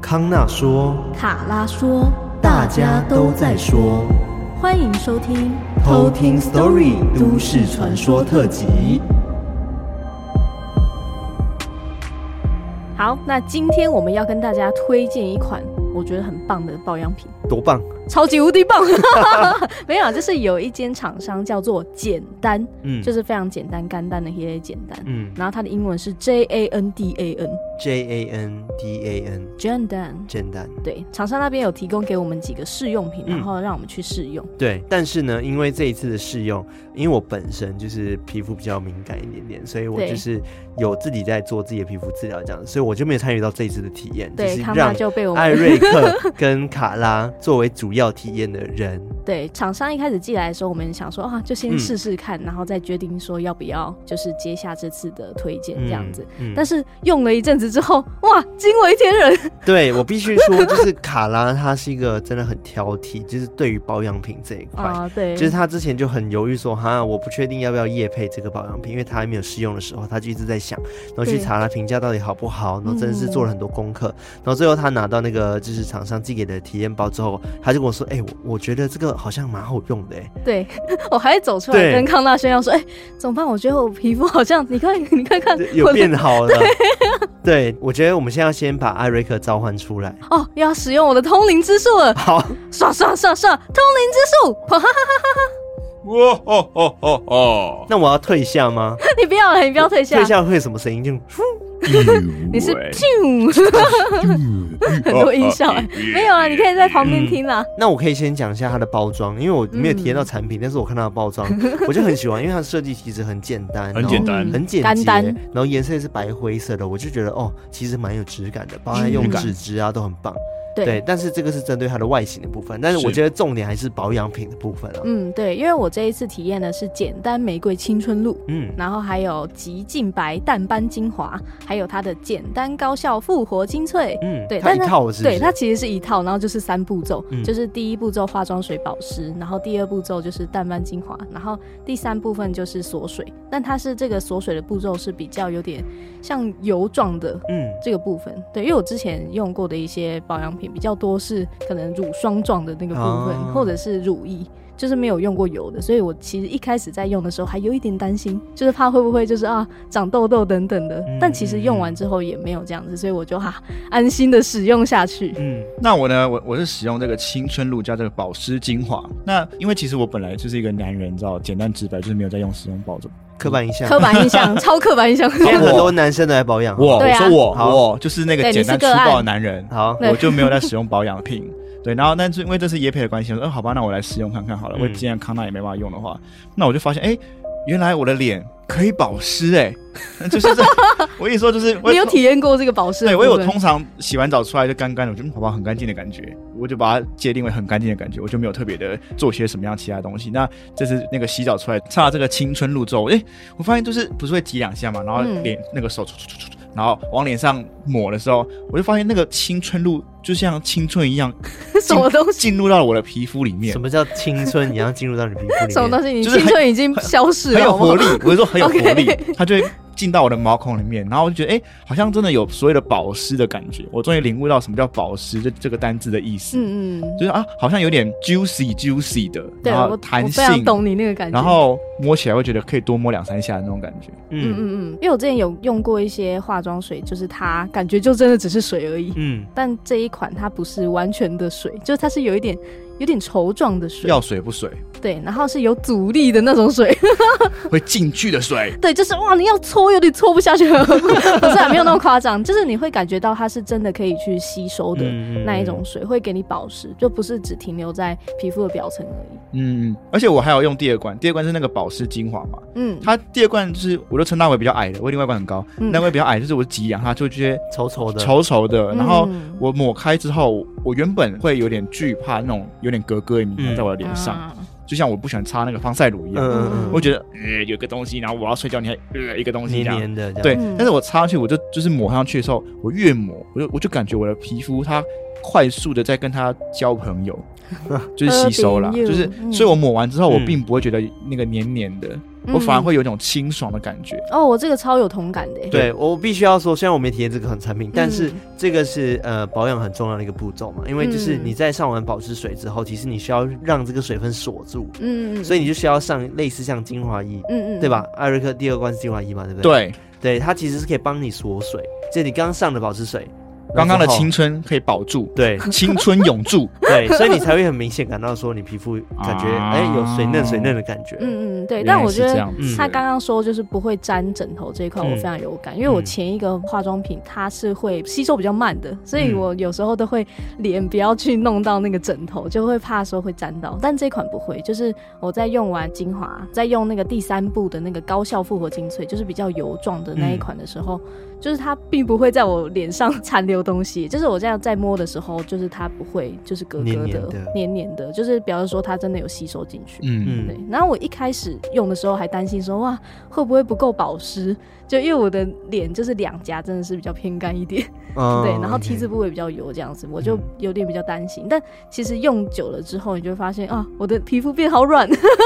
康纳说，卡拉说，大家都在说，欢迎收听偷听 Story 都市传说特辑。好，那今天我们要跟大家推荐一款我觉得很棒的保养品，多棒！超级无 敌棒！没有啊，就是有一间厂商叫做简单，嗯，就是非常简单、干单的 HA 简单。嗯然后它的英文是 J A N D A N ，J A N D A N，简单。简单。对，厂商那边有提供给我们几个试用品，嗯然后让我们去试用。对，但是呢，因为这一次的试用，因为我本身就是皮肤比较敏感一点点，所以我对就是有自己在做自己的皮肤治疗这样，所以我就没有参与到这一次的体验，就对，是康纳让就被我们艾瑞克跟卡拉作为主要体验的人。对，厂商一开始寄来的时候，我们想说啊，就先嗯试试看，然后再决定说要不要就是接下这次的推荐这样子。嗯，嗯但是用了一阵子之后，哇，惊为天人！对我必须说，就是卡拉她是一个真的很挑剔，就是对于保养品这一块。啊，对，就是她之前就很犹豫说，哈，我不确定要不要夜配这个保养品，因为她还没有试用的时候，她就一直在想，然后去对嗯查她评价到底好不好，然后真的是做了很多功课，然后最后她拿到那个就是厂商寄给的体验包之后，她就跟我说，哎、我我觉得这个好像蛮好 用的、哎，对我还走出对来跟康纳炫耀说，哎、怎么办？我觉得我皮肤好像，你看，你看看对，我有的变好了。对，我觉得我们现在要先把艾瑞克召唤出来。哦，又要使用我的通灵之术了，好，刷刷刷刷，通灵之术！哈哈，哇哦哦哦哦！那我要退下吗？你不要了，你不 要退下，退下会有什么声音？就 你是咻， 很多音哦效、哎没有啊，你可以在旁嗯边听啦。那我可以先讲一下它的包装，因为我没有体验到产嗯品，但是我看它的包装， 我就很喜欢，因为它的设计其实很简单，很简单然后很简洁，嗯干单然后颜色也是白灰色的，我就觉得哦，其实蛮有质感的，包含它用质感纸质啊都很棒。对但是这个是针对它的外形的部分，但是是我觉得重点还是保养品的部分啊。嗯，对，因为我这一次体验的是简单玫瑰青春露，嗯，然后还有极净白淡斑精华，还有它的简单高效复活精粹。嗯，对它一但是套是不对，是？它其实是一套，然后就是三步骤，嗯就是第一步骤化妆水保湿，然后第二步骤就是淡斑精华，然后第三部分就是锁水。但它是这个锁水的步骤是比较有点像油状的嗯，这个部分，对，因为我之前用过的一些保养品比较多是可能乳霜状的那个部分，哦或者是乳液，就是没有用过油的，所以我其实一开始在用的时候还有一点担心，就是怕会不会就是啊长痘痘等等的，嗯但其实用完之后也没有这样子，所以我就哈、啊安心的使用下去。嗯那我呢？我我是使用这个青春露加这个保湿精华。那因为其实我本来就是一个男人，你知道，简单直白，就是没有在用使用保湿。刻板印象，刻板印 象，超刻板印象。现在很多男生都来保养。我、对我啊说我好我就是那个对简单你粗是个案暴的男人，好， 对我就没有在使用保养品。对，然后但是因为这是椰配的关系，我说，嗯、好吧，那我来使用看看好了。嗯我既然康纳也没办法用的话，那我就发现，哎、原来我的脸可以保湿、诶，哎，就是这， 我跟你说， 就是我你有体验过这个保湿的对，部我分？有通常洗完澡出来就干干的，我觉得嗯好吧，很干净的感觉，我就把它界定为很干净的感觉，我就没有特别的做些什么样其他东西。那这次那个洗澡出来擦了这个青春露之后，哎、我发现就是不是会挤两下嘛，然后嗯脸、那个手搓搓搓搓，然后往脸上抹的时候，我就发现那个青春露就像青春一样什么东西？进入到了我的皮肤里 面什，么叫青春？你要进入到你皮肤里面。什么东西？你就是青很春已经消逝很了，有好不活好？力，我是说很有活力 OK，它就会进到我的毛孔里面，然后我就觉得，哎、好像真的有所谓的保湿的感觉，我终于领悟到什么叫保湿这这个单字的意思，嗯嗯，就是啊，好像有点 juicy juicy 的，对然我后我弹非性，常懂你那个感觉。然后摸起来会觉得可以多摸两三下的那种感觉，嗯嗯嗯嗯，因为我之前有用过一些化妆水，就是它感觉就真的只是水而已。嗯，但这一款它不是完全的水，就是它是有一点有点稠状的水，要水不水，对，然后是有阻力的那种水， 会进去的水，对，就是哇，你要搓有点搓不下去了，不是啊，没有那么夸张，就是你会感觉到它是真的可以去吸收的嗯嗯那一种水，会给你保湿，就不是只停留在皮肤的表层而已。 嗯，而且我还有用第二罐，第二罐是那个保湿精华嘛，嗯，它第二罐就是我都称它为比较矮的，我另外一罐很高，嗯那罐比较矮，就是我挤两下就觉得丑丑的，稠稠的，然后嗯我抹开之后，我原本会有点惧怕那种有点格格的敏感在我的脸上，啊就像我不喜欢擦那个防晒乳一样，嗯嗯我会觉得呃有一个东西，然后我要睡觉你还呃一个东西黏这样。黏的这样。对嗯，但是我擦上去，我就就是抹上去的时候，我越抹，我就我就感觉我的皮肤它快速的在跟它交 朋友，就是吸收啦， Loving you，就是，嗯所以我抹完之后，我嗯并不会觉得那个黏黏的，我反而嗯会有一种清爽的感觉。哦，我这个超有同感的欸。对我必须要说，虽然我没体验这个很产品，但是嗯这个是呃保养很重要的一个步骤嘛，因为就是嗯你在上完保湿水之后，其实你需要让这个水分锁住，嗯，嗯，所以以你就需要上类似像精华液，嗯嗯，对吧？？艾瑞克第二罐是精华液嘛，对不对？对，对，它其实是可以帮你锁水，就你刚上的保湿水，刚刚的然后青春可以 保住，对 青春永驻。对，所以你才会很明显感到说你皮肤感觉啊哎、有水嫩水嫩的感觉，嗯嗯， 对。原但来我是觉这得样嗯子他刚刚说就是不会粘枕头这一块，嗯我非常有感，因为我前一个化妆品它是会吸收比较慢的，所以嗯我有时候都会脸不要去弄到那个枕头，就会怕说会粘到。但这款不会，就是我在用完精华，在用那个第三步的那个高效复活精粹，就是比较油状的嗯那一款的时候，就是它并不会在我脸上 残留东西，就是我这样在摸的时候，就是它不会就是格格的、黏黏的黏黏的，就是表示说它真的有吸收进去。嗯，对嗯，，然后我一开始用的时候还担心说，哇，会不会不够保湿？就因为我的脸就是两颊真的是比较偏干一点，嗯 对，然后 OK 梯字部位比较油这样子，我就嗯有点比较担心。但其实用久了之后，你就会发现啊，我的皮肤变好软，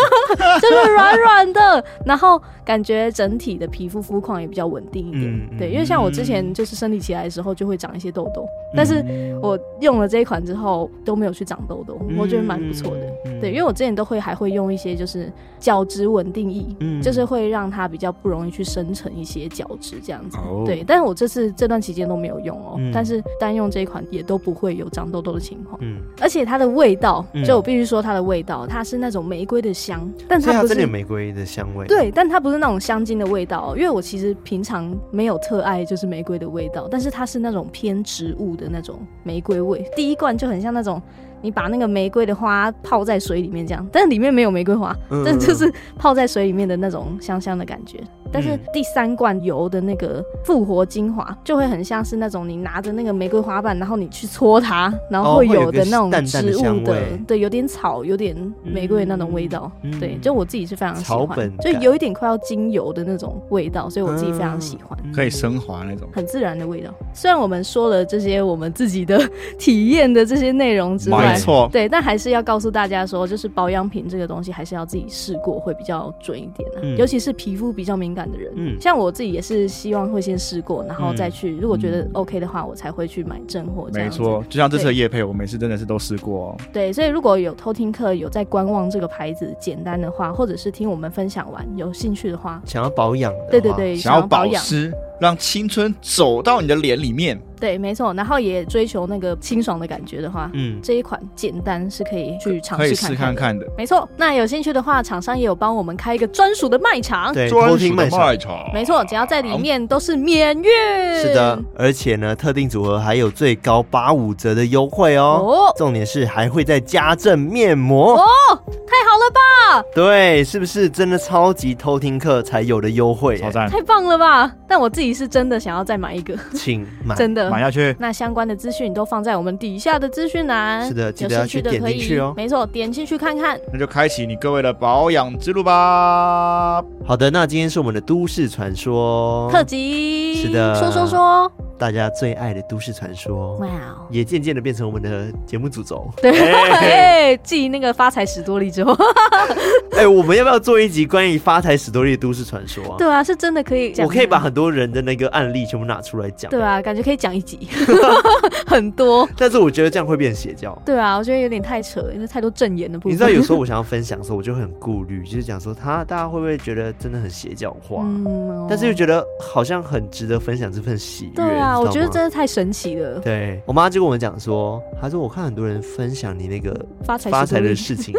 就是软软的，然后感觉整体的皮肤肤况也比较稳定一点。嗯嗯嗯对，因为像我之前嗯就是生理期来的时候就会长一些痘痘，但是我用了这一款之后都没有去长痘痘，我觉得蛮不错的。嗯对，因为我之前都会还会用一些就是角质稳定液，嗯就是会让它比较不容易去生成一些角质这样子。哦对，但是我这次这段期间都没有用哦，嗯但是单用这一款也都不会有长痘痘的情况，嗯，而且它的味道嗯，就我必须说它的味道，它是那种玫瑰的香，但所以它它不真的有是。玫瑰的香味，对，但它不是那种香精的味道哦、因为我其实平常没有特爱就是玫瑰的味道，但是它是那种偏植物的那种玫瑰味。第一罐就很像那种你把那个玫瑰的花泡在水里面这样，但是里面没有玫瑰花，嗯，这嗯就是泡在水里面的那种香香的感觉。但是嗯第三罐油的那个复活精华，就会很像是那种你拿着那个玫瑰花瓣，然后你去搓它，然后哦会会有有一个的那种淡淡的植物香的，味对，有点草，有点玫瑰的那种味道。嗯对，嗯就我自己是非常喜草本欢，就感有一点快要精油的那种味道，所以我自己非常喜欢。嗯可以升华那种。很自然的味道。虽然我们说了这些我们自己的 体验的这些内容之对外没，错，对，但还是要告诉大家说，就是保养品这个东西还是要自己试过会比较准一点、啊嗯尤其是皮肤比较敏感的人，嗯像我自己也是希望会先试过，然后再去，如果觉得嗯 OK 的话，我才会去买正货这没样子。错，就像这次的夜配，我每次真的是都试过哦。对，所以如果有偷听课有在观望这个牌子简单的话，或者是听我们分享完有兴趣的话，想要保养的话，对对对，想要要保保养，湿，让青春走到你的脸里面。对，没错，然后也追求那个清爽的感觉的话，嗯，这一款简单是可以去尝可以试试看看的。看的。没错，那有兴趣的话，厂商也有帮我们开一个专属的卖场。对，专偷属听的哎卖场。卖场，没错，只要在里面都是免运。是的，而且呢，特定组合还有最高八五折的优惠哦。哦，重点是还会再加赠面膜，太好了吧，对，是不是真的超级偷听课才有的优惠耶？超赞，太棒了吧！但我自己是真的想要再买一个，请买。啊真的买。下去。那相关的资讯都放在我们底下的资讯栏，是的记得有兴趣要去的可点进去以哦，没错，点进去看看。那就开启你各位的保养之路吧。好的，那今天是我们的都市传说特，辑哦是的说说说，大家最爱的都市传说哇，哦，也渐渐的变成我们的节目主轴。对，哎，继那个发财史多利之哦后， 哎，我们要不要做一集关于发财史多利的都市传说啊？对啊，是真的可以讲，我可以把很多人的那个案例全部拿出来讲。对啊，感觉可以讲 一集，很多。但是我觉得这样会变邪教。对啊，我觉得有点太扯了，因为太多正言的部分。你知道，有时候我想要分享的时候，我就会很顾虑，就是讲说他大家会不会觉得真的很邪教 化？嗯但是又得觉得好像很值得分享这份喜悦。对啊，你知我道觉得吗真的太神奇了。对我妈就跟我讲说，她说我看很多人分享你那个发财发财史多的利事情，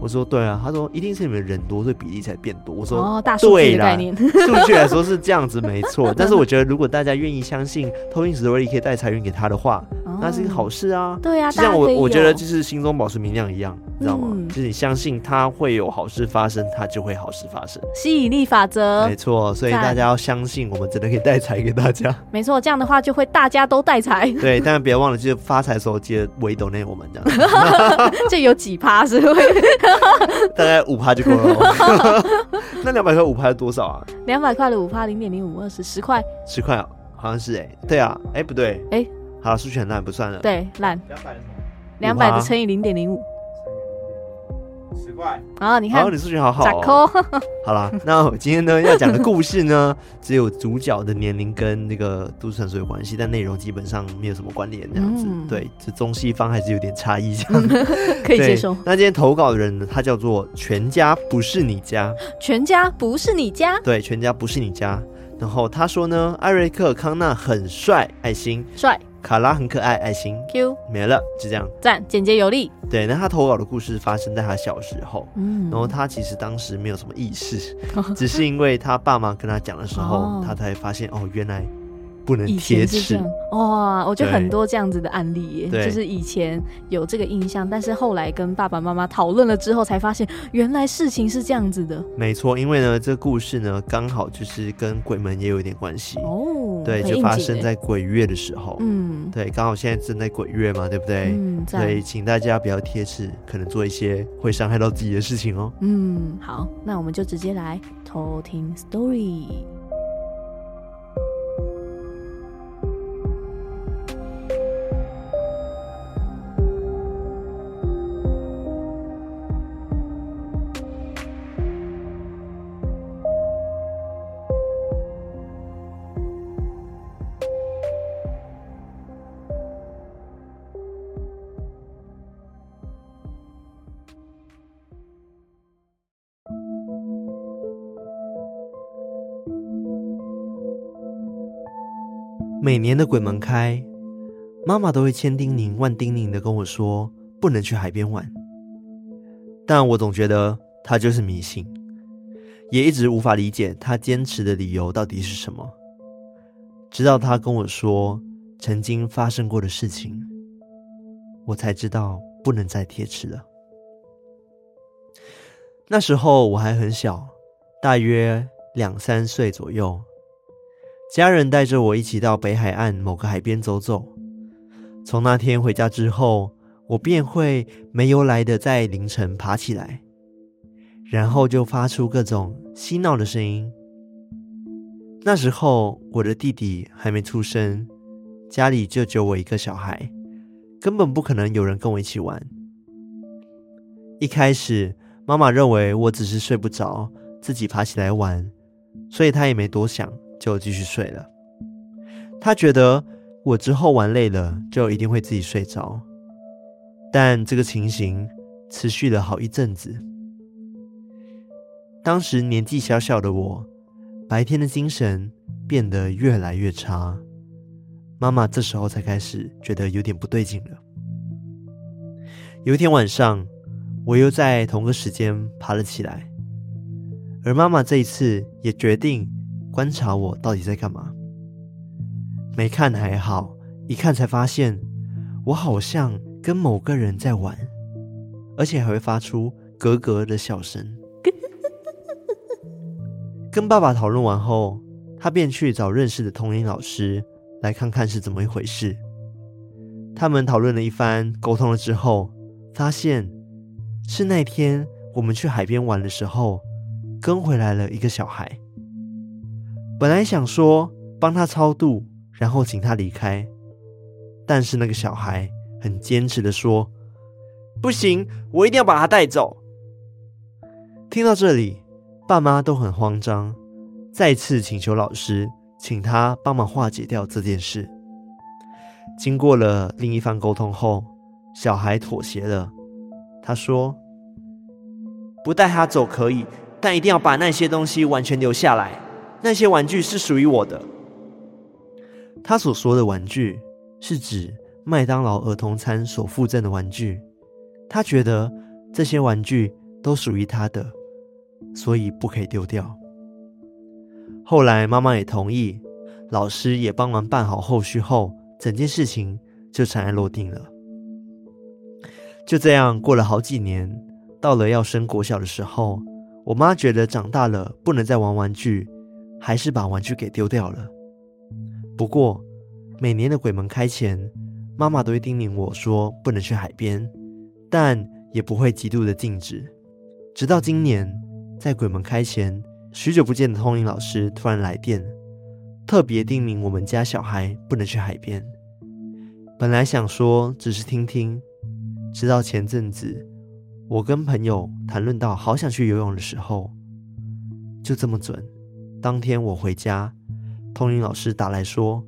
我说对啊，她说一定是你们人多，所以比例才变多。我说哦，大数据对的啦，概念，数据来说是这样子没 错，但是我觉得如果大家愿意相信偷运史多利可以带财运给他的话， 那是一个好哦。事啊。对啊，就像大家可我以我觉得有就是心中保持明亮一样，你知道吗？嗯就是你相信它会有好事发生，它就会好事发生。吸引力法则没，错，所以哦赞大家要相信，我们真的可以带财给大家。 没错，这样的话就会大家都带财， 对，但别忘了，就是发财的时候记得围斗内我们这 样，这有几趴是会 大概五趴就够了哦。 那两百块五趴是多少啊？两百块的五趴，零点零五二十，十块，十块啊，好像是哎、对啊，哎、不对，哎好了，数学很烂，不算了。对，烂两百两百的乘以零点零五，十块，啊，你好看像你数学好好、假哦。抠，好啦，那我今天呢要讲的故事呢， 只有主角的年龄跟那个都市传说有关系，但内容基本上没有什么关联，这样子。嗯对，这中西方还是有点差异，这样子。 可以对接受。那今天投稿的人呢，他叫做全家不是你家，全家不是你家，对，全家不是你家。然后他说呢，艾瑞克康纳很帅，爱心；帅卡拉很可爱，爱心。 Q 没了，就这样。赞，简洁有力。对，那他投稿的故事发生在他小时候。嗯然后他其实当时没有什么意 识，只是因为他爸妈跟他讲的时候，哦他才发现哦，原来不能以贴前是这齿样。哇、我觉得对很多这样子的案例耶，对就是以前有这个印象，但是后来跟爸爸妈妈讨论了之后，才发现原来事情是这样子的没错，因为呢，这故事呢刚好就是跟鬼门也有一点关系。哦。对，很就应发景生耶在鬼月的时候。嗯对，刚好现在正在鬼月嘛，对不对？嗯所以在请大家不要贴齿，可能做一些会伤害到自己的事情哦。嗯好，那我们就直接来偷听 story。每年的鬼门开，妈妈都会千叮咛万叮咛的跟我说不能去海边玩，但我总觉得她就是迷信，也一直无法理解她坚持的理由到底是什么。直到她跟我说曾经发生过的事情，我才知道不能再贴齿了。那时候我还很小，大约两三岁左右。家人带着我一起到北海岸某个海边走走。从那天回家之后，我便会没由来的在凌晨爬起来，然后就发出各种嬉闹的声音。那时候我的弟弟还没出生，家里就只有我一个小孩，根本不可能有人跟我一起玩。一开始，妈妈认为我只是睡不着，自己爬起来玩，所以他也没多想，就继续睡了。他觉得我之后玩累了，就一定会自己睡着。但这个情形持续了好一阵子。当时年纪小小的我，白天的精神变得越来越差。妈妈这时候才开始觉得有点不对劲了。有一天晚上，我又在同个时间爬了起来，而妈妈这一次也决定观察我到底在干嘛。没看还好，一看才发现我好像跟某个人在玩，而且还会发出咯咯的笑声。跟爸爸讨论完后，他便去找认识的童音老师来看看是怎么一回事。他们讨论了一番，沟通了之后，发现是那天我们去海边玩的时候，跟回来了一个小孩。本来想说帮他超度，然后请他离开，但是那个小孩很坚持的说：“不行，我一定要把他带走。”听到这里，爸妈都很慌张，再次请求老师请他帮忙化解掉这件事。经过了另一番沟通后，小孩妥协了。他说：“不带他走可以，但一定要把那些东西完全留下来。那些玩具是属于我的。”他所说的玩具是指麦当劳儿童餐所附赠的玩具。他觉得这些玩具都属于他的，所以不可以丢掉。后来妈妈也同意，老师也帮忙办好后续后，整件事情就尘埃落定了。就这样过了好几年，到了要升国小的时候，我妈觉得长大了不能再玩玩具，还是把玩具给丢掉了。不过，每年的鬼门开前，妈妈都会叮咛我说不能去海边，但也不会极度的禁止。直到今年，在鬼门开前，许久不见的通灵老师突然来电，特别叮咛我们家小孩不能去海边。本来想说只是听听，直到前阵子，我跟朋友谈论到好想去游泳的时候，就这么准。当天我回家，通灵老师打来说，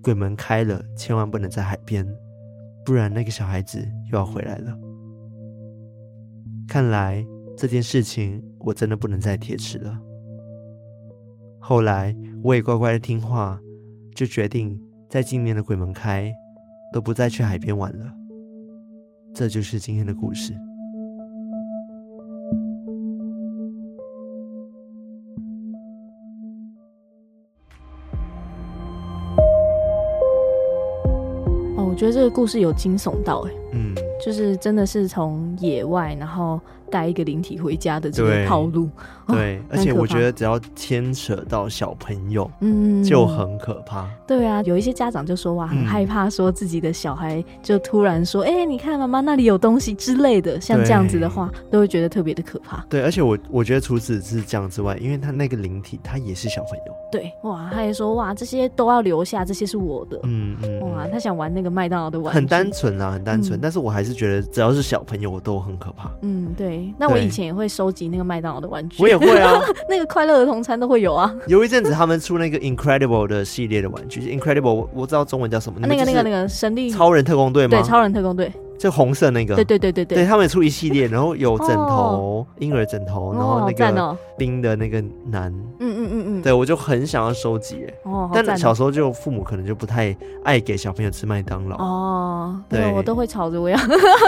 鬼门开了，千万不能在海边，不然那个小孩子又要回来了。看来这件事情我真的不能再铁齿了。后来我也乖乖的听话，就决定在今年的鬼门开都不再去海边玩了。这就是今天的故事。哦，我觉得这个故事有惊悚到哎、嗯，就是真的是从野外然后带一个灵体回家的这个对套路，哦对，而蛮且可我怕觉得只要牵扯到小朋友，嗯，就很可怕。对啊，有一些家长就说哇，很嗯害怕说自己的小孩就突然说，哎、你看妈妈那里有东西之类的，像这样子的话，都会觉得特别的可怕。对，而且我我觉得除此是这样之外，因为他那个灵体他也是小朋友，对，哇，他也说哇，这些都要留下，这些是我的。嗯嗯，哇，嗯他想玩那个麦当劳的玩具，很单纯啦，很单纯。嗯但是我还是觉得只要是小朋友，我都很可怕。嗯，对。那我对以前也会收集那个麦当劳的玩具，我也会嗯啊， 那个快乐儿童餐都会有啊。有一阵子他们出那个 Incredible 的系列的玩具，Incredible 我我知道中文叫什么，啊那个、那个、那个个神力，超人特工队吗？对，超人特工队，就红色那个，对对对对对对。他们也出一系列，然后有枕头哦、婴儿枕头，然哦后好那赞个哦，冰的那个男，嗯嗯嗯嗯，对我就很想要收集耶。哦，好赞但哦小时候就父母可能就不太爱给小朋友吃麦当劳，哦，对对，我都会吵着我要，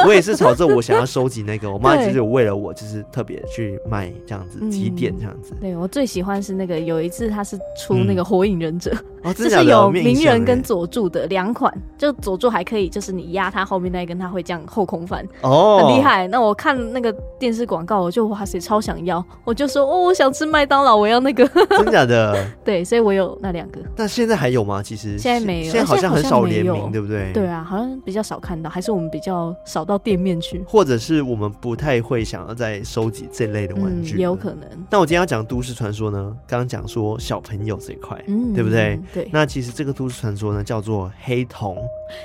我也是朝着我想要收集 那个，我妈对其实有为了我就是特别去卖这样子嗯几点这样子对我最喜欢是那个有一次他是出那个火影忍者，哦，这嗯真的假是的有我没印鸣象人跟耶佐助的两款，就佐助还可以，就是你压他后面那一根，他会这样后空翻，哦很厉，害。那我看那个电视广告，我就哇塞，超想要，我就说哦，我想吃麦当劳，我要那个。 真的假的？对，所以我有那两个。那现在还有吗？其实现在没有现在好像很少联现在好像没名，有对不对？对。啊，好像比较少看到，还是我们比较少到店面去。或者是我们不太会想要再收集这类的玩嗯，具，也有可。能，那我今天要讲都市传说呢，刚刚讲说小朋友这一块，嗯，对不对？？对，那其实这个都市传说呢，叫做黑瞳，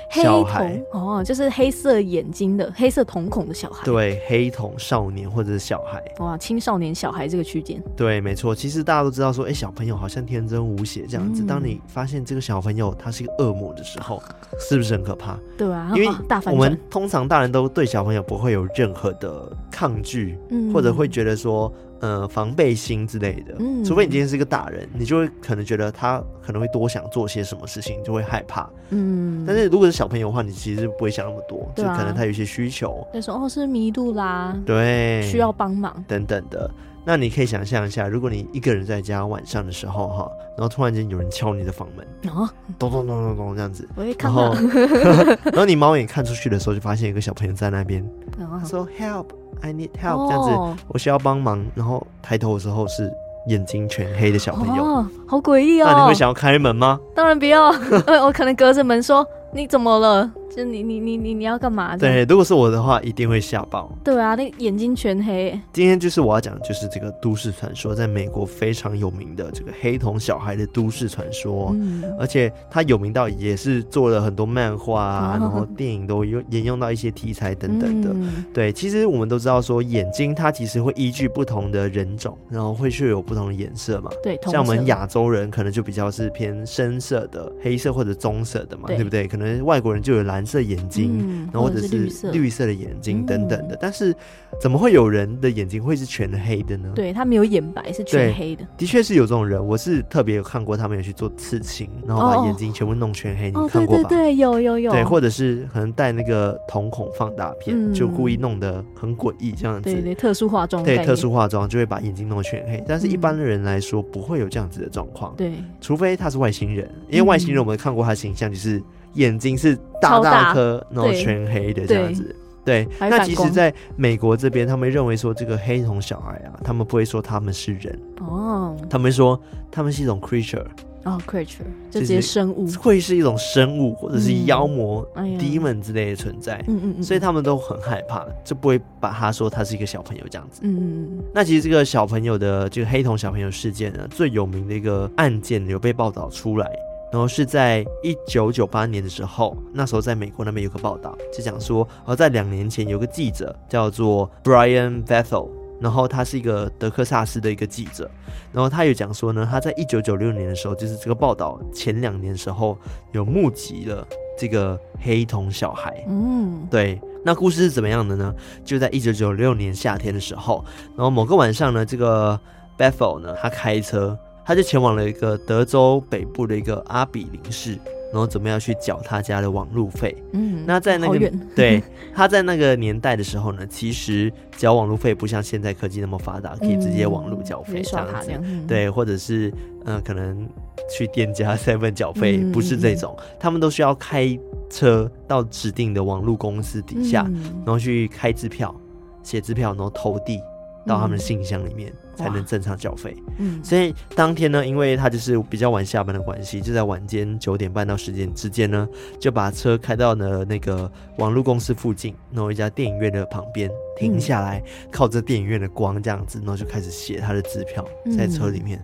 黑小孩瞳哦，就是黑色眼睛的黑色瞳孔的小孩。， 对，黑瞳少年或者是小孩，哇，青少年小孩这个区间，对，没错。其实大家都知道说，哎，小朋友好像天真无邪这样子。嗯当你发现这个小朋友他是一个恶魔的时候，是不是很可怕？对啊，因为哦大反我转们，通常大人都对小朋友不会有任何的抗拒，嗯或者会觉得说，呃，防备心之类的。嗯除非你今天是一个大人，你就会可能觉得他可能会多想做些什么事情，你就会害怕。嗯，但是如果是小朋友的话，你其实不会想那么多，就对啊可能他有一些需求，就说哦是迷路啦，对，需要帮忙，等等的。那你可以想象一下，如果你一个人在家晚上的时候哈，然后突然间有人敲你的房门，哦，咚咚咚咚咚这样子，我会看然到后， 然后你猫眼看出去的时候，就发现有一个小朋友在那边，嗯他说 “help, I need 啊 help” 这样子，哦我需要帮忙。然后抬头的时候是眼睛全黑的小朋友，哦，好诡异哦，那你会想要开门吗？当然不要， 呃，我可能隔着门说你怎么了，就你你你你你要干嘛？这样对，如果是我的话，一定会吓爆。对啊，那眼睛全黑，今天就是我要讲，的就是这个都市传说，在美国非常有名的这个黑瞳小孩的都市传说。嗯，而且他有名到也是做了很多漫画啊，哦然后电影都用沿用到一些题材等等的。嗯对，其实我们都知道说，眼睛它其实会依据不同的人种，然后会是有不同的颜色嘛。对，同像我色们亚洲人可能就比较是偏深色的、黑色或者棕色的嘛，对对不对？可能外国人就有蓝色眼睛，嗯然后或者者绿色是绿色的眼睛等等的。嗯但是怎么会有人的眼睛会是全黑的呢？对，它没有眼白，是全对黑的。的确是有这种人，我是特别有看过他们有去做刺青，然后哦把哦眼睛全部弄全黑，哦你，看对过对吧？对，有有有，对，或者是可能戴那个瞳孔放大片，嗯就故意弄得很诡异这样子。对对特殊化妆的对概特念，殊化妆就会把眼睛弄全黑，但是一般的人来说不会有这样子的状况，对除非他是外星人，因为外星嗯人我们看过他的形象，就是眼睛是大超大大颗，然后对全黑的这样子。对，还那反其实光在美国这边，他们认为说这个黑瞳小孩啊，他们不会说他们是人，哦他们说他们是一种 creature，哦，creature 就就直是接生物，会是一种生物或者是嗯妖魔、哎呀 demon 之类的存在，嗯嗯嗯，所以它他们都很害怕，就不会把他说他是一个小朋友这样子。嗯嗯嗯那其实这个小朋友的这个黑瞳小朋友事件呢，最有名的一个案件有被报道出来，然后是在一九九八年的时候，那时候在美国那边有个报道，就讲说，而在两年前有个记者叫做 Brian Bethel，然后他是一个德克萨斯的一个记者，然后他有讲说呢，他在一九九六年的时候，就是这个报道前两年的时候，有目击了这个黑瞳小孩。嗯，对，那故事是怎么样的呢？就在一九九六年夏天的时候，然后某个晚上呢，这个 Bethel 呢，他开车，他就前往了一个德州北部的一个阿比林市，然后准备要去缴他家的网路费。嗯，那在那好个远，对，他在那个年代的时候呢，其实缴网路费不像现在科技那么发达，可以直接网路缴嗯直费接这刷样卡子这。样，嗯，对，或者是嗯、呃可能去店家 seven 缴费，嗯不是这种，他们都需要开车到指定的网络公司底下，嗯然后去开支票、写支票，然后投递到他们的嗯信箱里面，才哇能正常缴费。嗯，所以当天呢，因为他就是比较晚下班的关系，就在晚间九点半到十点之间呢，就把车开到了那个网络公司附近，然后一家电影院的旁边停下来，靠着电影院的光这样子，然后就开始写他的支票嗯在车里面。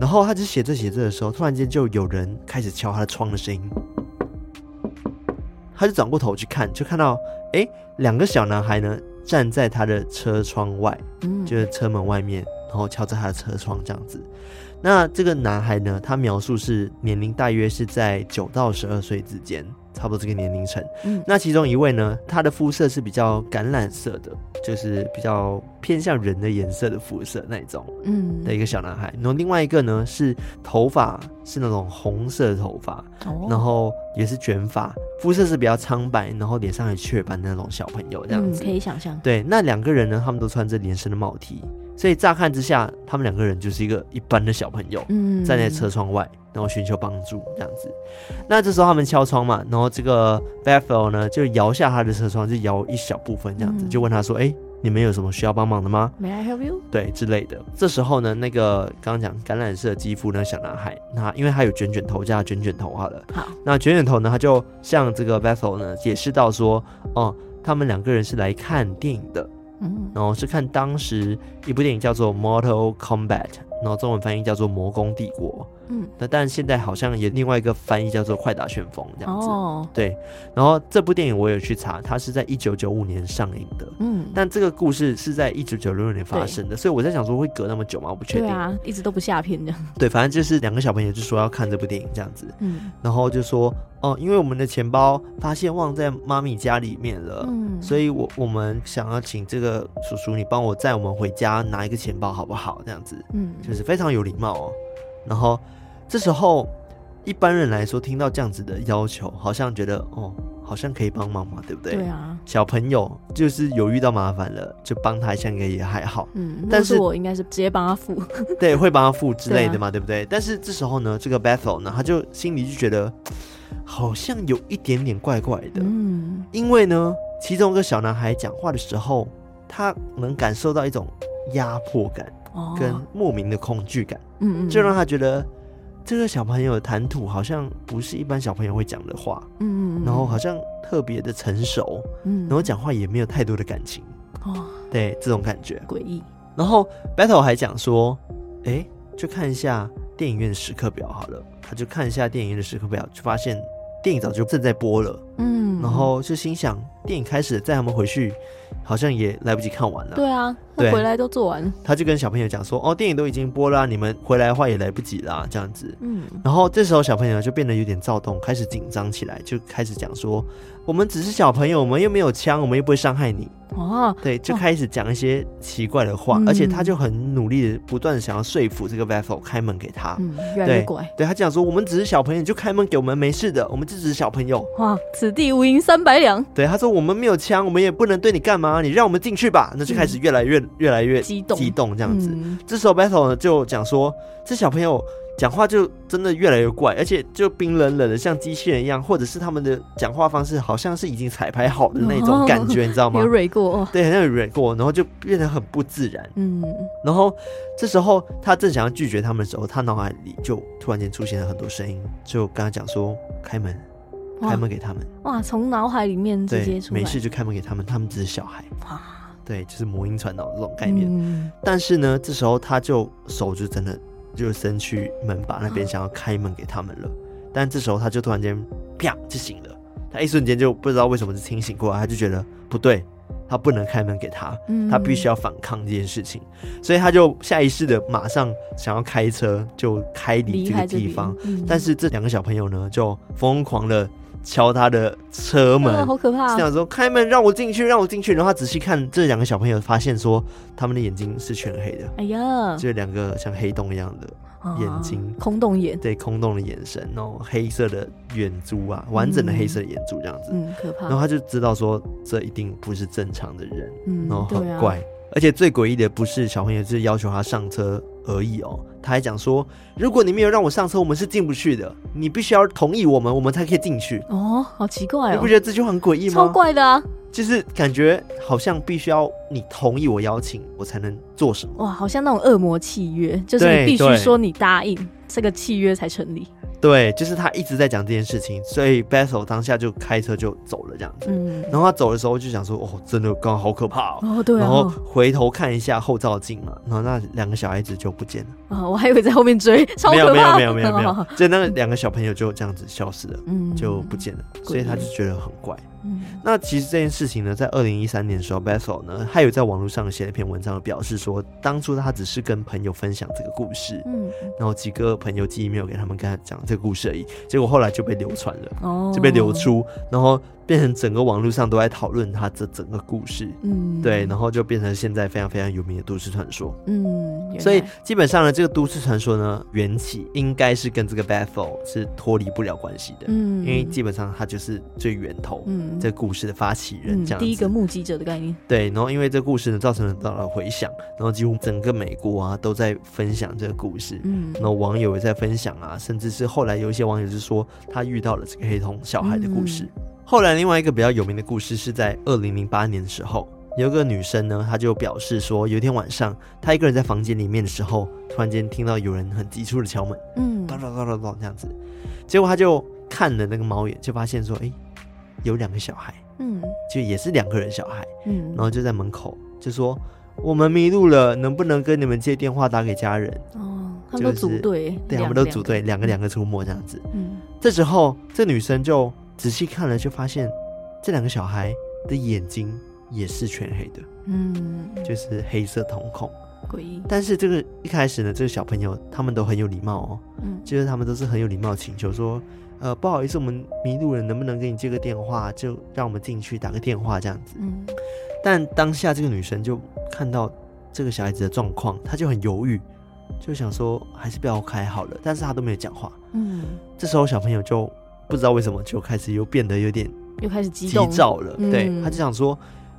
然后他就写着写着的时候，突然间就有人开始敲他的窗的声音，他就转过头去看，就看到诶两个小男孩呢站在他的车窗外。嗯就是车门外面，然后敲在他的车窗这样子。那这个男孩呢，他描述是年龄大约是在九到十二岁之间，差不多这个年龄层。嗯那其中一位呢，他的肤色是比较橄榄色的，就是比较偏向人的颜色的肤色那一种嗯的一个小男孩。然后另外一个呢，是头发是那种红色的头发，哦然后也是卷发，肤色是比较苍白，然后脸上有雀斑的那种小朋友这样嗯子。可以想象，对，那两个人呢，他们都穿着连身的帽 T，所以乍看之下，他们两个人就是一个一般的小朋友，嗯，站在车窗外，然后寻求帮助这样子。那这时候他们敲窗嘛，然后这个 Bethel 呢就摇下他的车窗，就摇一小部分这样子，嗯就问他说：“哎、你们有什么需要帮忙的吗？” May I help you？对之类的。这时候呢，那个刚刚讲橄榄色肌肤呢，小男孩，那因为他有卷卷头，叫他卷卷头好了。好，那卷卷头呢，他就向这个 Bethel 呢解释到说，哦、他们两个人是来看电影的，嗯然后是看当时一部电影叫做《Mortal Kombat》，然后中文翻译叫做《魔宫帝国》。嗯，那但现在好像也另外一个翻译叫做《快打旋风》这样子。哦，对，然后这部电影我有去查，它是在一九九五年上映的。嗯，但这个故事是在一九九六年发生的，所以我在想说会隔那么久吗？我不确对定。啊，一直都不下片这样，对，反正就是两个小朋友就说要看这部电影这样子，嗯然后就说哦，因为我们的钱包发现忘在妈咪家里面了，嗯，所以我我们想要请这个叔叔你帮我载我们回家拿一个钱包好不好？这样子嗯，就是非常有礼貌哦。然后这时候一般人来说听到这样子的要求，好像觉得哦，好像可以帮忙嘛，对不对？对啊，，小朋友就是有遇到麻烦了，就帮他一下应该也还好嗯，但但是是我应该是直接帮他付，对，会帮他付之类的对啊嘛，对不对？但是这时候呢，这个 Bethel 呢，他就心里就觉得好像有一点点怪怪的，嗯因为呢，其中一个小男孩讲话的时候，他能感受到一种压迫感哦，跟莫名的恐惧感，嗯嗯，就让他觉得这个小朋友的谈吐好像不是一般小朋友会讲的话，嗯嗯，嗯然后好像特别的成熟，嗯，然后讲话也没有太多的感情，哦对这种感觉。诡异，然后 Battle 还讲说，诶，就看一下电影院的时刻表好了。他就看一下电影院的时刻表，就发现电影早就正在播了。嗯，然后就心想，电影开始了载他们回去，好像也来不及看完了。对啊，对他回来都做完了，他就跟小朋友讲说，哦，电影都已经播啦、你们回来的话也来不及啦，这样子。嗯然后这时候小朋友就变得有点躁动，开始紧张起来，就开始讲说，我们只是小朋友，我们又没有枪，我们又不会伤害你。哦，对，就哇开始讲一些奇怪的话，嗯而且他就很努力的不断的想要说服这个 Vaffle 开门给他。嗯，越来越对怪。对他讲说，我们只是小朋友，你就开门给我们，没事的，我们就只是小朋友。哇，此地无银三百两，对，他说我们没有枪，我们也不能对你干嘛，你让我们进去吧。那就开始越来越、越来越嗯激动激动这这样子。嗯、这时候 Battle 呢就讲说，这小朋友讲话就真的越来越怪，而且就冰冷冷的，像机器人一样，或者是他们的讲话方式好像是已经彩排好的那 种感觉，你知道吗有？蕊过，哦对，很像有蕊过，然后就变得很不自然。嗯然后这时候他正想要拒绝他们的时候，他脑海里就突然间出现了很多声音，就跟他讲说开门，哇开门给他们，哇，从脑海里面直接对，出来，没事就开门给他们，他们只是小孩，哇，对，就是魔音传脑这种概念。嗯但是呢，这啊时候他就手就真的就伸去门把那边，想要开门给他们了。但这时候他就突然间啪就醒了，他一瞬间就不知道为什么就清醒过来，他就觉得不对，他不能开门给他，嗯他必须要反抗这件事情，所以他就下意识的马上想要开车就开离离这个开这地里方，，嗯但是这两个小朋友呢就疯狂的敲他的车门，啊好可怕是啊，想说开门让我进去，让我进去。然后他仔细看这两个小朋友，发现说他们的眼睛是全黑的，哎呀，就两个像黑洞一样的，啊眼睛空洞眼，对空洞的眼神，然后黑色的眼珠啊，完整的黑色的眼珠这样子。嗯，可怕然后，他就知道说这一定不是正常的人，嗯，然后对很啊怪。，而且最诡异的不是小朋友就是要求他上车而已哦，他还讲说，如果你没有让我上车，我们是进不去的，你必须要同意我们，我们才可以进去。哦，好奇怪你哦不，觉得这句话很诡异吗？超怪的啊，就是感觉好像必须要你同意我邀请，我才能做什么。哇，好像那种恶魔契约，就是对你必须对说你答应，这个契约才成立。对，就是他一直在讲这件事情，所以 Bethel 当下就开车就走了这样子。嗯，然后他走的时候就想说，哦，真的刚好可怕哦。哦，对啊，然后哦回头看一下后照镜嘛，然后那两个小孩子就不见了，啊，我还以为在后面追，超没有可 没有怕。没有没有没有哦，就那两个小朋友就这样子消失了，嗯就不见了，所以他就觉得很怪。嗯那其实这件事情呢，在二零一三年的时候，Bethel 呢，他有在网络上写了一篇文章，表示说，当初他只是跟朋友分享这个故事，嗯，然后几个朋友寄 email 给他们，跟他讲这个故事而已。结果后来就被流传了，哦，就被流，出，然后变成整个网络上都在讨论他这整个故事。嗯，对，然后就变成现在非常非常有名的都市传说。嗯，原来所以基本上呢，这个都市传说呢，缘起应该是跟这个 Bethel 是脱离不了关系的，嗯，因为基本上他就是最源头。嗯这故事的发起人嗯这样子、第一个目击者的概念，对，然后因为这故事呢，造成了大的回响，然后几乎整个美国啊都在分享这个故事，嗯，然后网友也在分享啊，甚至是后来有一些网友就说他遇到了这个黑瞳小孩的嗯故事。后来另外一个比较有名的故事是在二零零八年的时候，有一个女生呢，她就表示说，有一天晚上她一个人在房间里面的时候，突然间听到有人很急促的敲门，嗯咚咚咚咚咚这样子，结果她就看了那个猫眼，就发现说，哎，有两个小孩，嗯就也是两个人小孩。嗯，然后就在门口就说：“我们迷路了，能不能跟你们借电话打给家人哦，他们就都是组队，？”对，他们两都组，队，两个两个出没这样子。两个嗯，这时候，这女生就仔细看了，就发现这两个小孩的眼睛也是全黑的，嗯，就是黑色瞳孔。诡异，但是这个一开始呢，这个小朋友他们都很有礼貌哦，嗯就是他们都是很有礼貌，请求说：“呃，不好意思，我们迷路了，能不能给你借个电话？就让我们进去打个电话这样子。”嗯但当下这个女生就看到这个小孩子的状况，她就很犹豫，就想说还是不要开好了。但是她都没有讲话。嗯，这时候小朋友就不知道为什么就开始又变得有点又开始激急动，躁了，嗯对，他就想说。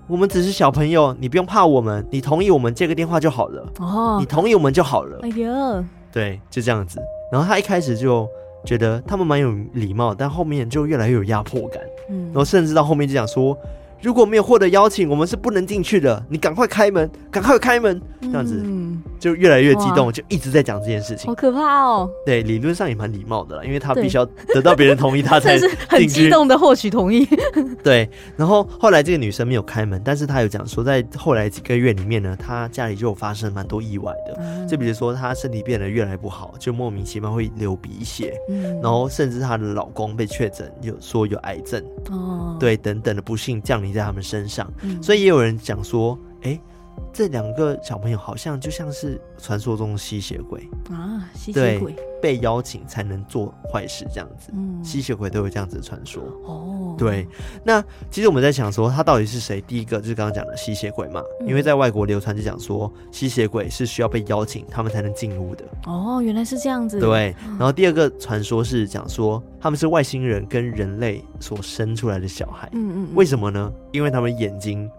我们只是小朋友，你不用怕我们，你同意我们借个电话就好了，哦你，同意我们就好了哎，呀，对，就这样子。然后他一开始就觉得他们蛮有礼貌，但后面就越来越有压迫感。嗯然，后甚至到后面就讲说，如果没有获得邀请，我们是不能进去的。你赶快开门，赶快开门，这样子嗯，就越来越激动，哇就一直在讲这件事情好。可怕哦，对，理论上也蛮礼貌的啦，因为他对必须要得到别人 同意，他才真是很进去激动的获取 同意，对。然后后来这个女生没有开门，但是她有讲说，在后来几个月里面呢，她家里就有发生蛮多意外嗯的，就比如说她身体变得越来越不好，就莫名其妙会流鼻血，嗯然后甚至她的老公被确诊有说有癌症，哦，对，等等的不幸降临在他们身上。嗯，所以也有人讲说，哎、这两个小朋友好像就像是传说中的吸血鬼，啊，吸血对鬼，被邀请才能做坏事这样子。嗯，吸血鬼都有这样子的传说。哦，对，那其实我们在想说，他到底是谁？第一个就是刚刚讲的吸血鬼嘛，嗯因为在外国流传就讲说，吸血鬼是需要被邀请他们才能进屋的。哦，原来是这样子，，对，然后第二个传说是讲说，他们是外星人跟人类所生出来的小孩。嗯嗯，为什什么呢？因为他们眼睛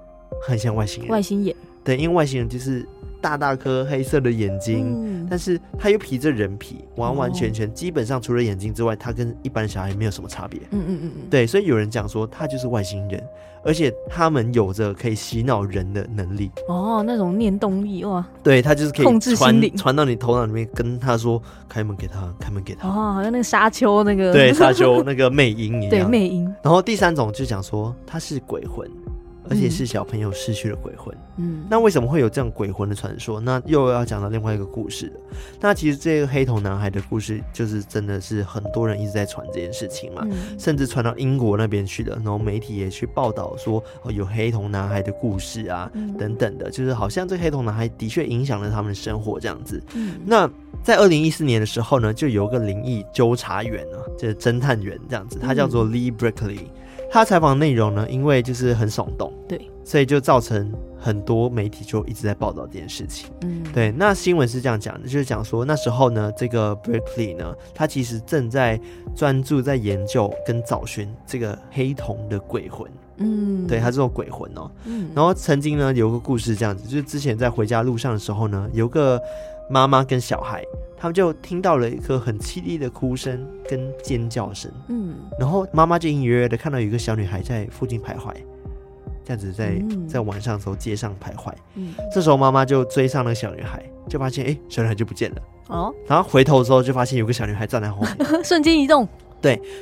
很像外星人外，星眼对，因为外星人就是大大颗黑色的眼睛，嗯哦但是他又皮着人皮，完完全全，基本上除了眼睛之外，他跟一般的小孩没有什么差别。嗯嗯嗯嗯，对，所以有人讲说他就是外星人，而且他们有着可以洗脑人的能力。哦，那种念动力哇，对他就是可控以制心传灵传到你头脑里面，跟他说开门给他，开门给 他。哦，好像那个沙丘那 个，对，沙丘那个魅音一对样。魅影，然后第三种就讲说他是鬼魂，而且是小朋友逝去的鬼魂。嗯，那为什么会有这样鬼魂的传说？那又要讲到另外一个故事了。那其实这个黑头男孩的故事，就是真的是很多人一直在传这件事情嘛，嗯甚至传到英国那边去了。然后媒体也去报道说，哦，有黑头男孩的故事啊，嗯等等的，就是好像这黑头男孩的确影响了他们的生活这样子。嗯那在二零一四年的时候呢，就有个灵异纠察员啊，就是侦探员这样子，嗯他叫做 Lee Brickley。他采访内容呢，因为就是很耸动，对，所以就造成很多媒体就一直在报道这件事情。嗯，对，那新闻是这样讲的，就是讲说那时候呢，这个 Brickley 呢，他其实正在专注在研究跟找寻这个黑瞳的鬼魂，嗯，对，他这种鬼魂哦。嗯，然后曾经呢有个故事这样子，就是之前在回家路上的时候呢，有个妈妈跟小孩，他们就听到了一个很凄厉的哭声跟尖叫声，嗯然后妈妈就隐隐约约的看到有一个小女孩在附近徘徊，这样子在嗯在晚上的时候街上徘徊。嗯，这时候妈妈就追上那个小女孩，就发现哎、诶小女孩就不见了，哦， 然后回头的时候就发现有个小女孩站在后面，瞬间移动，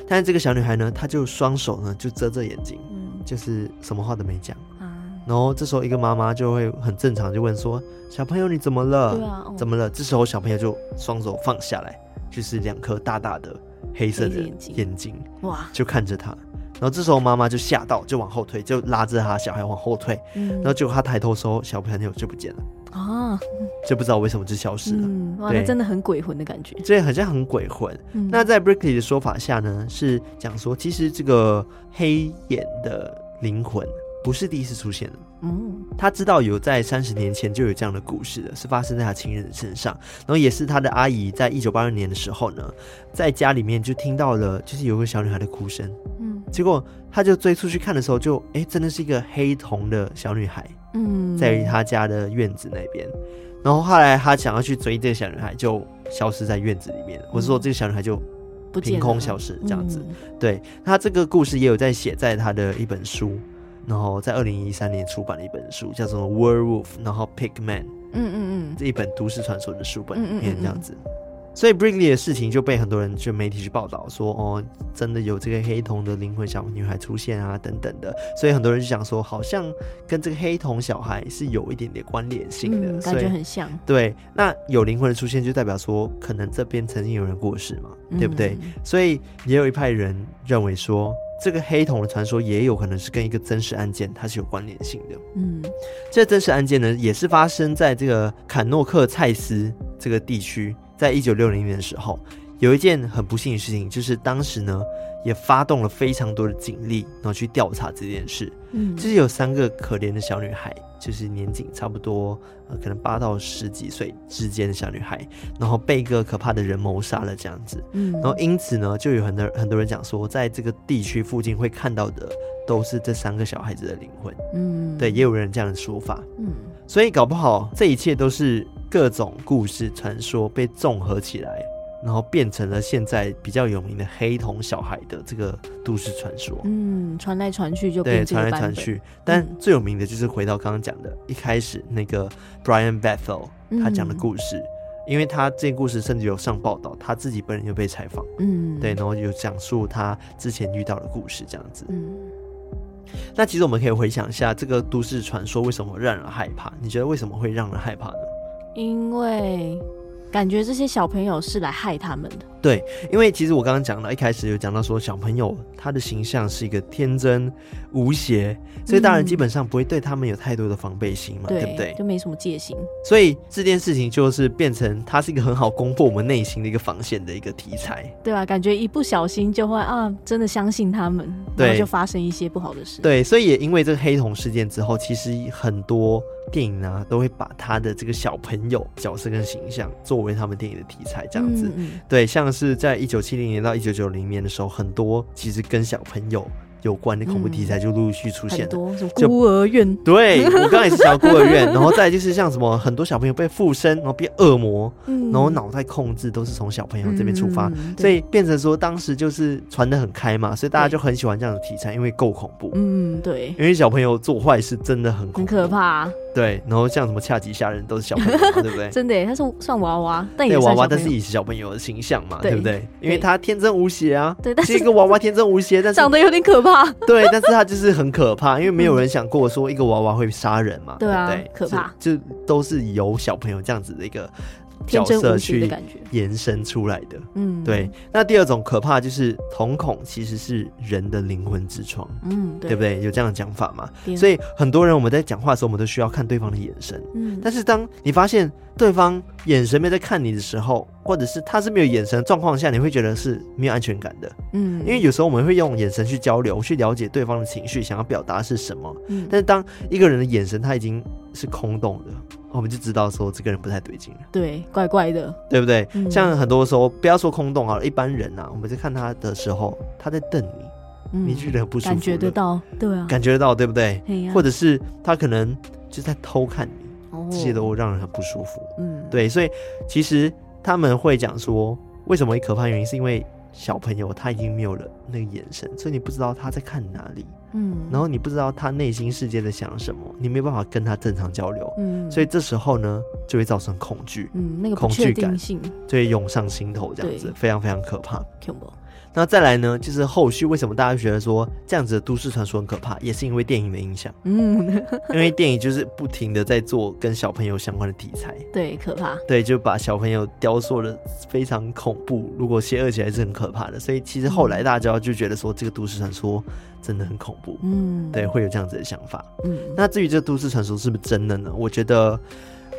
但是这个小女孩呢，她就双手呢就遮着眼睛，嗯就是什么话都没讲。啊，然后这时候一个妈妈就会很正常就问说：“小朋友你怎么了？对啊，哦怎么了？”这时候小朋友就双手放下来，就是两颗大大的黑色黑的色眼睛眼睛哇，就看着他。然后这时候妈妈就吓到，就往后退，就拉着他小孩往后退。嗯然后结果他抬头的时候，小朋友就不见了，啊，就不知道为什么就消失了。嗯，哇，对那真的很鬼魂的感觉。这好像很鬼魂。嗯那在 Brickley 的说法下呢，是讲说其实这个黑眼的灵魂不是第一次出现的。嗯他知道有在三十年前就有这样的故事了，是发生在他亲人的身上，然后也是他的阿姨在一九八六年的时候呢，在家里面就听到了，就是有个小女孩的哭声，嗯结果他就追出去看的时候就，诶哎，真的是一个黑瞳的小女孩，嗯，在于他家的院子那边，然后后来他想要去追这个小女孩，就消失在院子里面，或者说这个小女孩就不凭见了空消失这样子，，嗯对，他这个故事也有在写在他的一本书，然后在二零一三年出版的一本书，叫做《Werewolf》，然后《Pigman》嗯嗯这一本都市传说的书本嗯嗯里面嗯嗯这样子。所以 Brickley 的事情就被很多人就媒体去报道说，哦，真的有这个黑瞳的灵魂小女孩出现啊，等等的。所以很多人就想说，好像跟这个黑瞳小孩是有一点点关联性的，嗯，嗯感所以觉很像，对。那有灵魂的出现，就代表说可能这边曾经有人过世嘛，对不对？嗯？所以也有一派人认为说，这个黑瞳的传说也有可能是跟一个真实案件它是有关联性的。嗯这真实案件呢，也是发生在这个坎诺克蔡斯这个地区，在一九六零年的时候，有一件很不幸的事情，就是当时呢也发动了非常多的警力，然后去调查这件事。嗯，就是有三个可怜的小女孩，就是年仅差不多呃可能八到十几岁之间的小女孩，然后被一个可怕的人谋杀了这样子。嗯，然后因此呢，就有很多很多人讲说，在这个地区附近会看到的都是这三个小孩子的灵魂。嗯对，也有人这样的说法，嗯所以搞不好这一切都是各种故事传说被综合起来，然后变成了现在比较有名的黑瞳小孩的这个都市传说。嗯传来传去就对，变这个传来版传本，去，但嗯最有名的就是回到刚刚讲的，一开始那个 Brian Bethel 他讲的嗯故事，因为他这个故事甚至有上报道，他自己本人有被采访。嗯对，，然后有讲述他之前遇到的故事这样子。嗯那其实我们可以回想一下，这个都市传说为什么让人害怕？你觉得为什么会让人害怕呢？因为感觉这些小朋友是来害他们的，因为其实我刚刚讲到，一开始有讲到说小朋友他的形象是一个天真无邪，所以大人嗯基本上不会对他们有太多的防备心嘛，对不对？就没什么戒心，所以这件事情就是变成它是一个很好攻破我们内心的一个防线的一个题材。对吧？感觉一不小心就会啊，真的相信他们，然后对就发生一些不好的事，对，所以也因为这个黑瞳事件之后，其实很多电影啊都会把他的这个小朋友角色跟形象作为他们电影的题材，这样子。嗯，嗯对，像是在一九七零年到一九九零年的时候，很多其实跟小朋友有关的恐怖题材就陆陆续续出现嗯很了。多什么就孤儿院，对我刚刚也是讲孤儿院，然后再来就是像什么很多小朋友被附身，然后变恶魔，嗯然后脑袋控制都是从小朋友这边出发，嗯所对以变成说当时就是传的很开嘛，所以大家对就很喜欢这样的题材，因为够恐怖。嗯，对，因为小朋友做坏事真的很恐怖很可。怕，对，然后像什么恰吉虾人都是小朋友 嘛，对不对？真的耶，它是算娃娃，但也对算娃娃，小但朋是友也是小朋友的形象嘛，对对不对？因为对他天真无邪啊，对但其实一是个娃娃天真无邪，但是长得有点 可怕。对，但是他就是很可怕，因为没有人想过说一个娃娃会杀人嘛，对啊不对？可怕就，就都是由小朋友这样子的一个天角真色无邪的去感觉。延伸出来的。嗯，对，，那第二种可怕就是瞳孔其实是人的灵魂之窗，嗯，对不对？有这样的讲法嘛？对所以很多人我们在讲话的时候，我们都需要看对方的眼神。嗯，但是当你发现对方眼神没在看你的时候，或者是他是没有眼神的状况下，你会觉得是没有安全感的。嗯，因为有时候我们会用眼神去交流，去了解对方的情绪，想要表达是什么。嗯但是当一个人的眼神他已经是空洞的，我们就知道说这个人不太对劲了，对怪怪的，对不对？嗯像很多时候，不要说空洞啊，一般人啊，我们在看他的时候，他在瞪你，嗯你觉得很不舒服，感觉得，到，对啊，感觉得到，对不对？嘿呀或者是他可能就在偷看你，这些哦都让人很不舒服。嗯，对，所以其实他们会讲说，为什么会可怕？原因是因为小朋友他已经没有了那个眼神，所以你不知道他在看哪里，嗯，然后你不知道他内心世界在想什么，你没有办法跟他正常交流，嗯，所以这时候呢，就会造成恐惧，嗯，那个不恐确惧定感性就会涌上心头，这样子嗯对非常非常可怕。恐怖，那再来呢，就是后续为什么大家觉得说这样子的都市传说很可怕，也是因为电影的影响，嗯， 因为电影就是不停的在做跟小朋友相关的题材，对，可怕，对，就把小朋友雕塑的非常恐怖，如果邪恶起来是很可怕的。所以其实后来大家就觉得说，这个都市传说真的很恐怖，嗯，对，，会有这样子的想法。嗯那至于这都市传说是不是真的呢？我觉得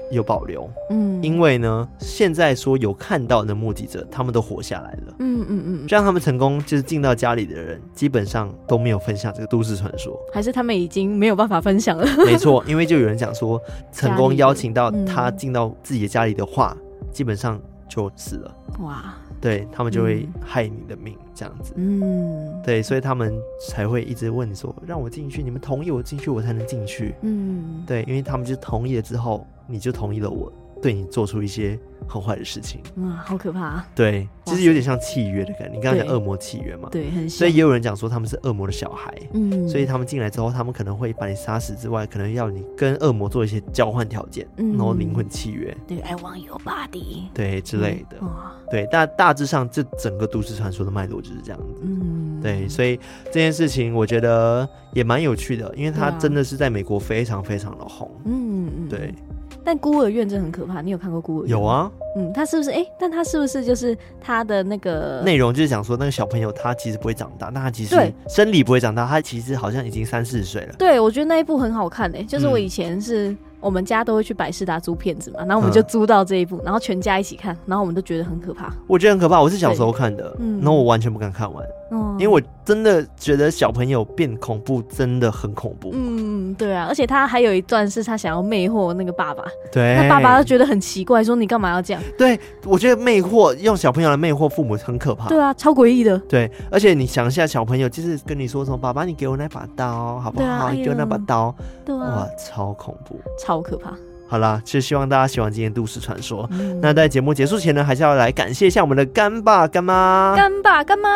有保留，嗯，因为呢，现在说有看到的目击者，他们都活下来了。嗯嗯嗯，让他们成功就是进到家里的人，基本上都没有分享这个都市传 说。还是他们已经没有办法分 享了，没错，因为就有人讲说，成家里功的邀请到他嗯进到自己的家里的话，基本上就死了。哇，对他们就会嗯害你的命这样子。嗯，对，所以他们才会一直问你说，让我进去，你们同意我进去，我才能进去。嗯，对，因为他们就同意了之后，你就同意了我对你做出一些很坏的事情。哇，好可怕，对，哇其实有点像契约的感觉。你刚刚对讲恶魔契约嘛，对，很所以像也有人讲说他们是恶魔的小孩。嗯，所以他们进来之后，他们可能会把你杀死之外，可能要你跟恶魔做一些交换条件，嗯然后灵魂契约，对，I want your body 对之类的。嗯哇，对，大大致上这整个都市传说的脉络就是这样子。嗯，对，所以这件事情我觉得也蛮有趣的，因为它对啊真的是在美国非常非常的红。嗯嗯，对，，但孤儿院真的很可怕，你有看过孤儿院？有，啊，嗯，他是不是？哎，但他是不是就是他的那个内容就是讲说那个小朋友他其实不会长大，但他其实嗯对生理不会长大，他其实好像已经三四十岁了。对，我觉得那一部很好看诶、就是我嗯以前是、我们家都会去百事达租片子嘛，然后我们嗯就租到这一部，然后全家一起看，然后我们都觉得很可怕。我觉得很可怕，我是小时候看的，嗯然后我完全不敢看完，嗯，因为我真的觉得小朋友变恐怖真的很恐怖。嗯，对啊，而且他还有一段是他想要魅惑那个爸爸，对，那爸爸就觉得很奇怪，说你干嘛要这样？对，我觉得魅惑用小朋友来魅惑父母很可怕。对啊，超诡异的。对，而且你想一下，小朋友就是跟你说什么“爸爸，你给我那把刀，好不对啊好？哎你给我那把呀刀”，对啊哇，，超恐怖。超可怕。好啦，就希望大家喜欢今天的都市传说。嗯那在节目结束前呢，还是要来感谢一下我们的干爸干妈。干爸干妈，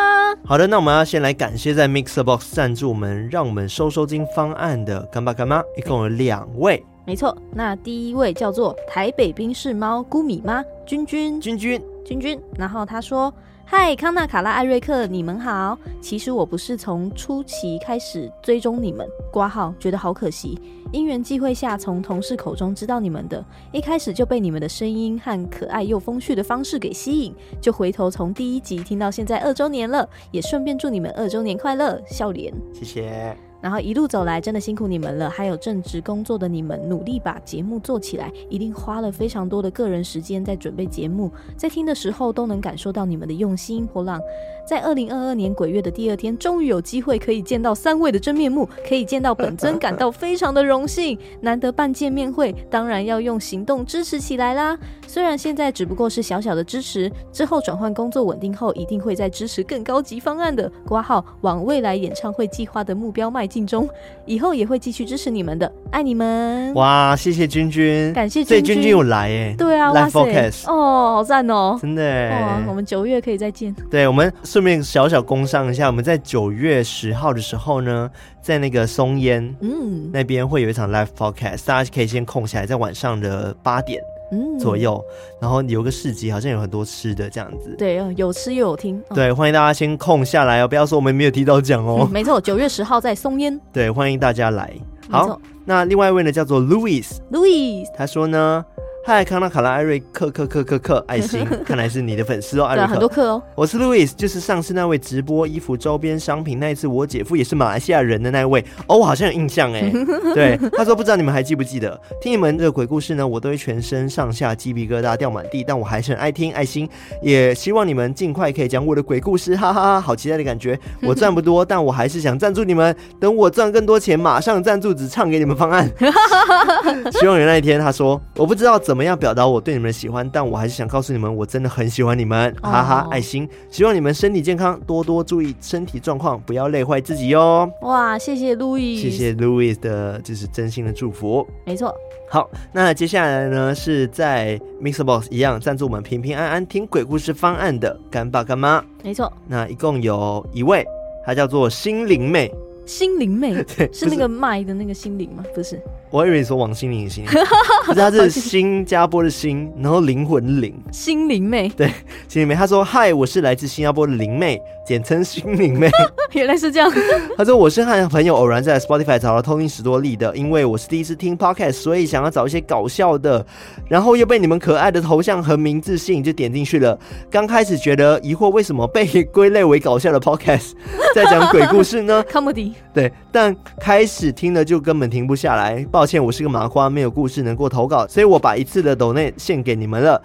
好的，那我们要先来感谢在 Mixer Box 赞助我们，让我们收收金方案的干爸干妈，一共有两位，没错，那第一位叫做台北冰室猫姑米妈君君。君君。君君，然后他说：“嗨，康纳、卡拉、艾瑞克，你们好。其实我不是从初期开始追踪你们，挂号觉得好可惜。因缘际会下，从同事口中知道你们的，一开始就被你们的声音和可爱又风趣的方式给吸引，就回头从第一集听到现在二周年了，也顺便祝你们二周年快乐，笑脸。”谢谢，然后一路走来，真的辛苦你们了，还有正职工作的你们，努力把节目做起来，一定花了非常多的个人时间在准备节目，在听的时候都能感受到你们的用心波浪。在二零二二年鬼月的第二天，终于有机会可以见到三位的真面目，可以见到本尊，感到非常的荣幸。难得办见面会，当然要用行动支持起来啦。虽然现在只不过是小小的支持，之后转换工作稳定后，一定会再支持更高级方案的。挂号往未来演唱会计划的目标迈进。进中，以后也会继续支持你们的，爱你们。哇，谢谢君君，感谢所以君君君君有来耶，对啊， Live 哇塞 Focus 哦，好赞哦！真的耶哇，我们九月可以再见。对，我们顺便小小工商一下，我们在九月十号的时候呢，在那个松烟嗯那边会有一场 live podcast，大家可以先空下来，在晚上的八点嗯，左右，然后有个市集，好像有很多吃的这样子。对，有吃又有听。哦对，欢迎大家先空下来哦，不要说我们没有提到讲哦嗯。没错，九月十号在松烟。 对，欢迎大家来。没好错，那另外一位呢叫做 Louis， ，Louis，他说呢，嗨，康纳卡拉艾瑞克克克克 克爱心，看来是你的粉丝哦，艾对啊，瑞很多克。课哦。我是 Louis，就是上次那位直播衣服周边商品那一次，我姐夫也是马来西亚人的那一位哦，我好像有印象哎。对，他说不知道你们还记不记得，听你们的鬼故事呢，我都会全身上下鸡皮疙瘩掉满地，但我还是很爱听爱心，也希望你们尽快可以讲我的鬼故事，哈哈哈，好期待的感觉。我赚不多，但我还是想赞助你们，等我赚更多钱，马上赞助，只唱给你们方案。希望有那一天，他说我不知道怎么样表达我对你们的喜欢，但我还是想告诉你们，我真的很喜欢你们，哦哈哈，爱心。希望你们身体健康，多多注意身体状况，不要累坏自己哦哟。哇，谢谢 Louis，谢，谢 Louis 的，就是真心的祝福。没错，好，那接下来呢是在 Mixer Box 一样赞助我们平平安安听鬼故事方案的干爸干妈，没错，那一共有一位，她叫做心灵妹， 心灵妹对，是那个麦的那个心灵吗？不是，我以为你说王心凌 的心，不是，她是新加坡的新，然后灵魂的灵，心灵妹， 心灵妹。她说：“嗨，我是来自新加坡的灵妹，简称心灵妹。”原来是 这样。他说我是和朋友偶然在 Spotify 找到通灵史多利的，因为我是第一次听 podcast，所以想要找一些搞笑的，然后又被你们可爱的头像和名字吸引，就点进去了。刚开始觉得疑惑，为什么被 归类为搞笑的 podcast，在讲鬼故事呢？ Comedy，对，但开始听了就根本停不下来。抱歉，我是个麻瓜，没有故事能够投稿，所以我把一次的抖内献给你们了。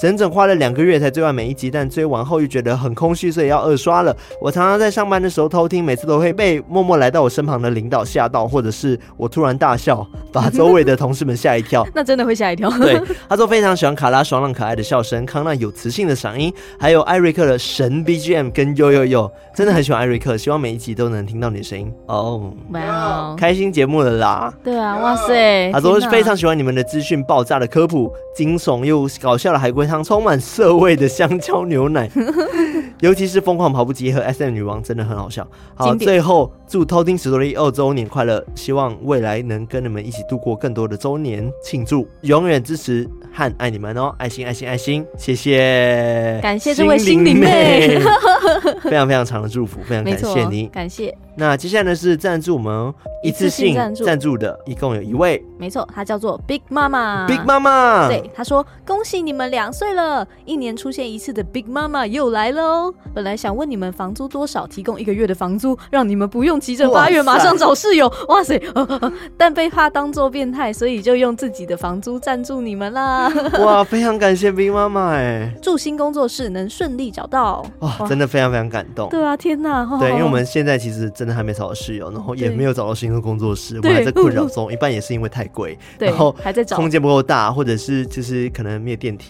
整整花了两个月才追完每一集，但追完后又觉得很空虚，所以要二刷了。我常常在上班的时候偷听，每次都会被默默来到我身旁的领导吓到，或者是我突然大笑，把周围的同事们吓一跳。那真的会 吓一跳。对，他说非常喜欢卡拉爽朗可爱的笑声，康纳有磁性的嗓音，还有艾瑞克的神 BGM 跟呦呦呦，真的很喜欢艾瑞克，希望每一集都能听到你的声音哦。哇哦，开心节目了啦！对啊，哇塞，他说天哪非常喜欢你们的资讯爆炸的科普，惊悚又搞笑的海龟汤，充满涩味的香蕉牛奶， 尤其是疯狂跑步机和 SM 女王真的很好笑。好，经典最后祝偷听史多利二周年快乐，希望未来能跟你们一起度过更多的周年庆祝，永远支持和爱你们哦，爱心爱心爱心，谢谢，感谢这位心灵妹 妹，非常非常长的祝福，非常没感错，谢你。感谢，那接下来呢是赞助我们一次一次性性赞助赞助的，一共有一位没错，她叫做 Big 妈妈 Big 妈妈，啊对，他说：“恭喜你们两岁了，一年出现一次的 Big 妈妈又来了哦。本来想问你们房租多少，提供一个月的房租，让你们不用急着哇八月马塞上找室友。哇塞， 呃呃呃但被怕当做变态，所以就用自己的房租赞助你们 啦。哇，非常感谢 B 妈妈哎，祝新工作室能顺利找到。哇，真的非常非常感动。对啊，天哪！哦 对，因为我们现在其实真的还没找到室友，然后也对没有找到新的工作室，我对们还在困扰中。一半也是因为太贵，对然后还在找空间不够大，或者是就是可能没有 电梯，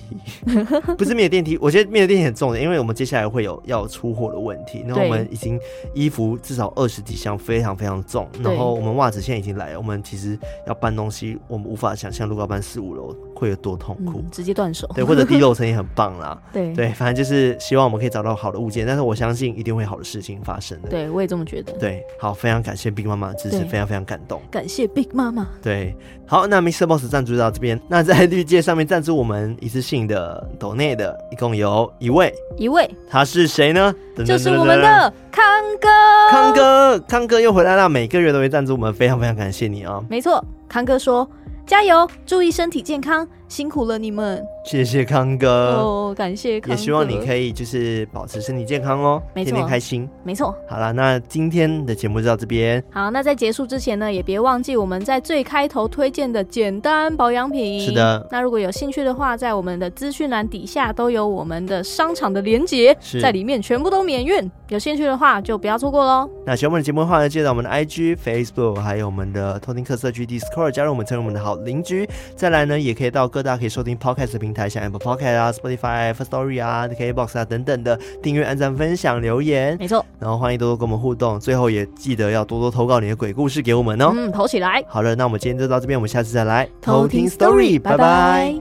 不是没有电梯，我觉得没有电梯很重要，因为我们接下来会有要出货的问题。然后我对们已经衣服至少二十几箱，非常非常重。然对后我们袜子现在已经来了，我们其实要搬东西，我们无法想象如果要搬四五楼会有多痛苦。嗯直接断手。对，或者低楼层也很棒啦。 对对，反正就是希望我们可以找到好的物件，但是我相信一定会好的事情发生的。对我也这么觉得。对好，非常感谢冰妈妈的支持，对非常非常感动。感谢 Big 妈妈。对，好，那 Mr. Boss 赞助到这边，那在绿界上面赞助我们一次性的抖内的，一共有一位，一位他是谁呢？就是我们的康哥，康哥，康哥又回来了，每个月都会赞助我们，非常非常感谢你啊、没错，康哥说：“加油，注意身体健康，辛苦了你们。谢谢康哥，哦，感谢康哥。呃也希望你可以就是保持身体健康哦，没天错天开心。没错。好啦，那今天的节目就到这边，好，那在结束之前呢，也别忘记我们在最开头推荐的简单保养品。是的那如果有兴趣的话，在我们的资讯栏底下都有我们的商场的连结是，在里面全部都免运。有兴趣的话就不要错过喽。那喜欢我们的节目的话呢，记得到我们的 IG、Facebook，还有我们的偷听客社区 Discord，加入我们成为我们的好邻居。再来呢，也可以到各大家可以收听 Podcast 的平台，像 Apple Podcast 啊、Spotify、First Story 啊、KBox 啊等等的，订阅、按赞、分享、留言，没错，然后欢迎多多跟我们互动。最后也记得要多多投稿你的鬼故事给我们哦。嗯，投起来，好了，那我们今天就到这边，我们下次再来偷听 Story，拜拜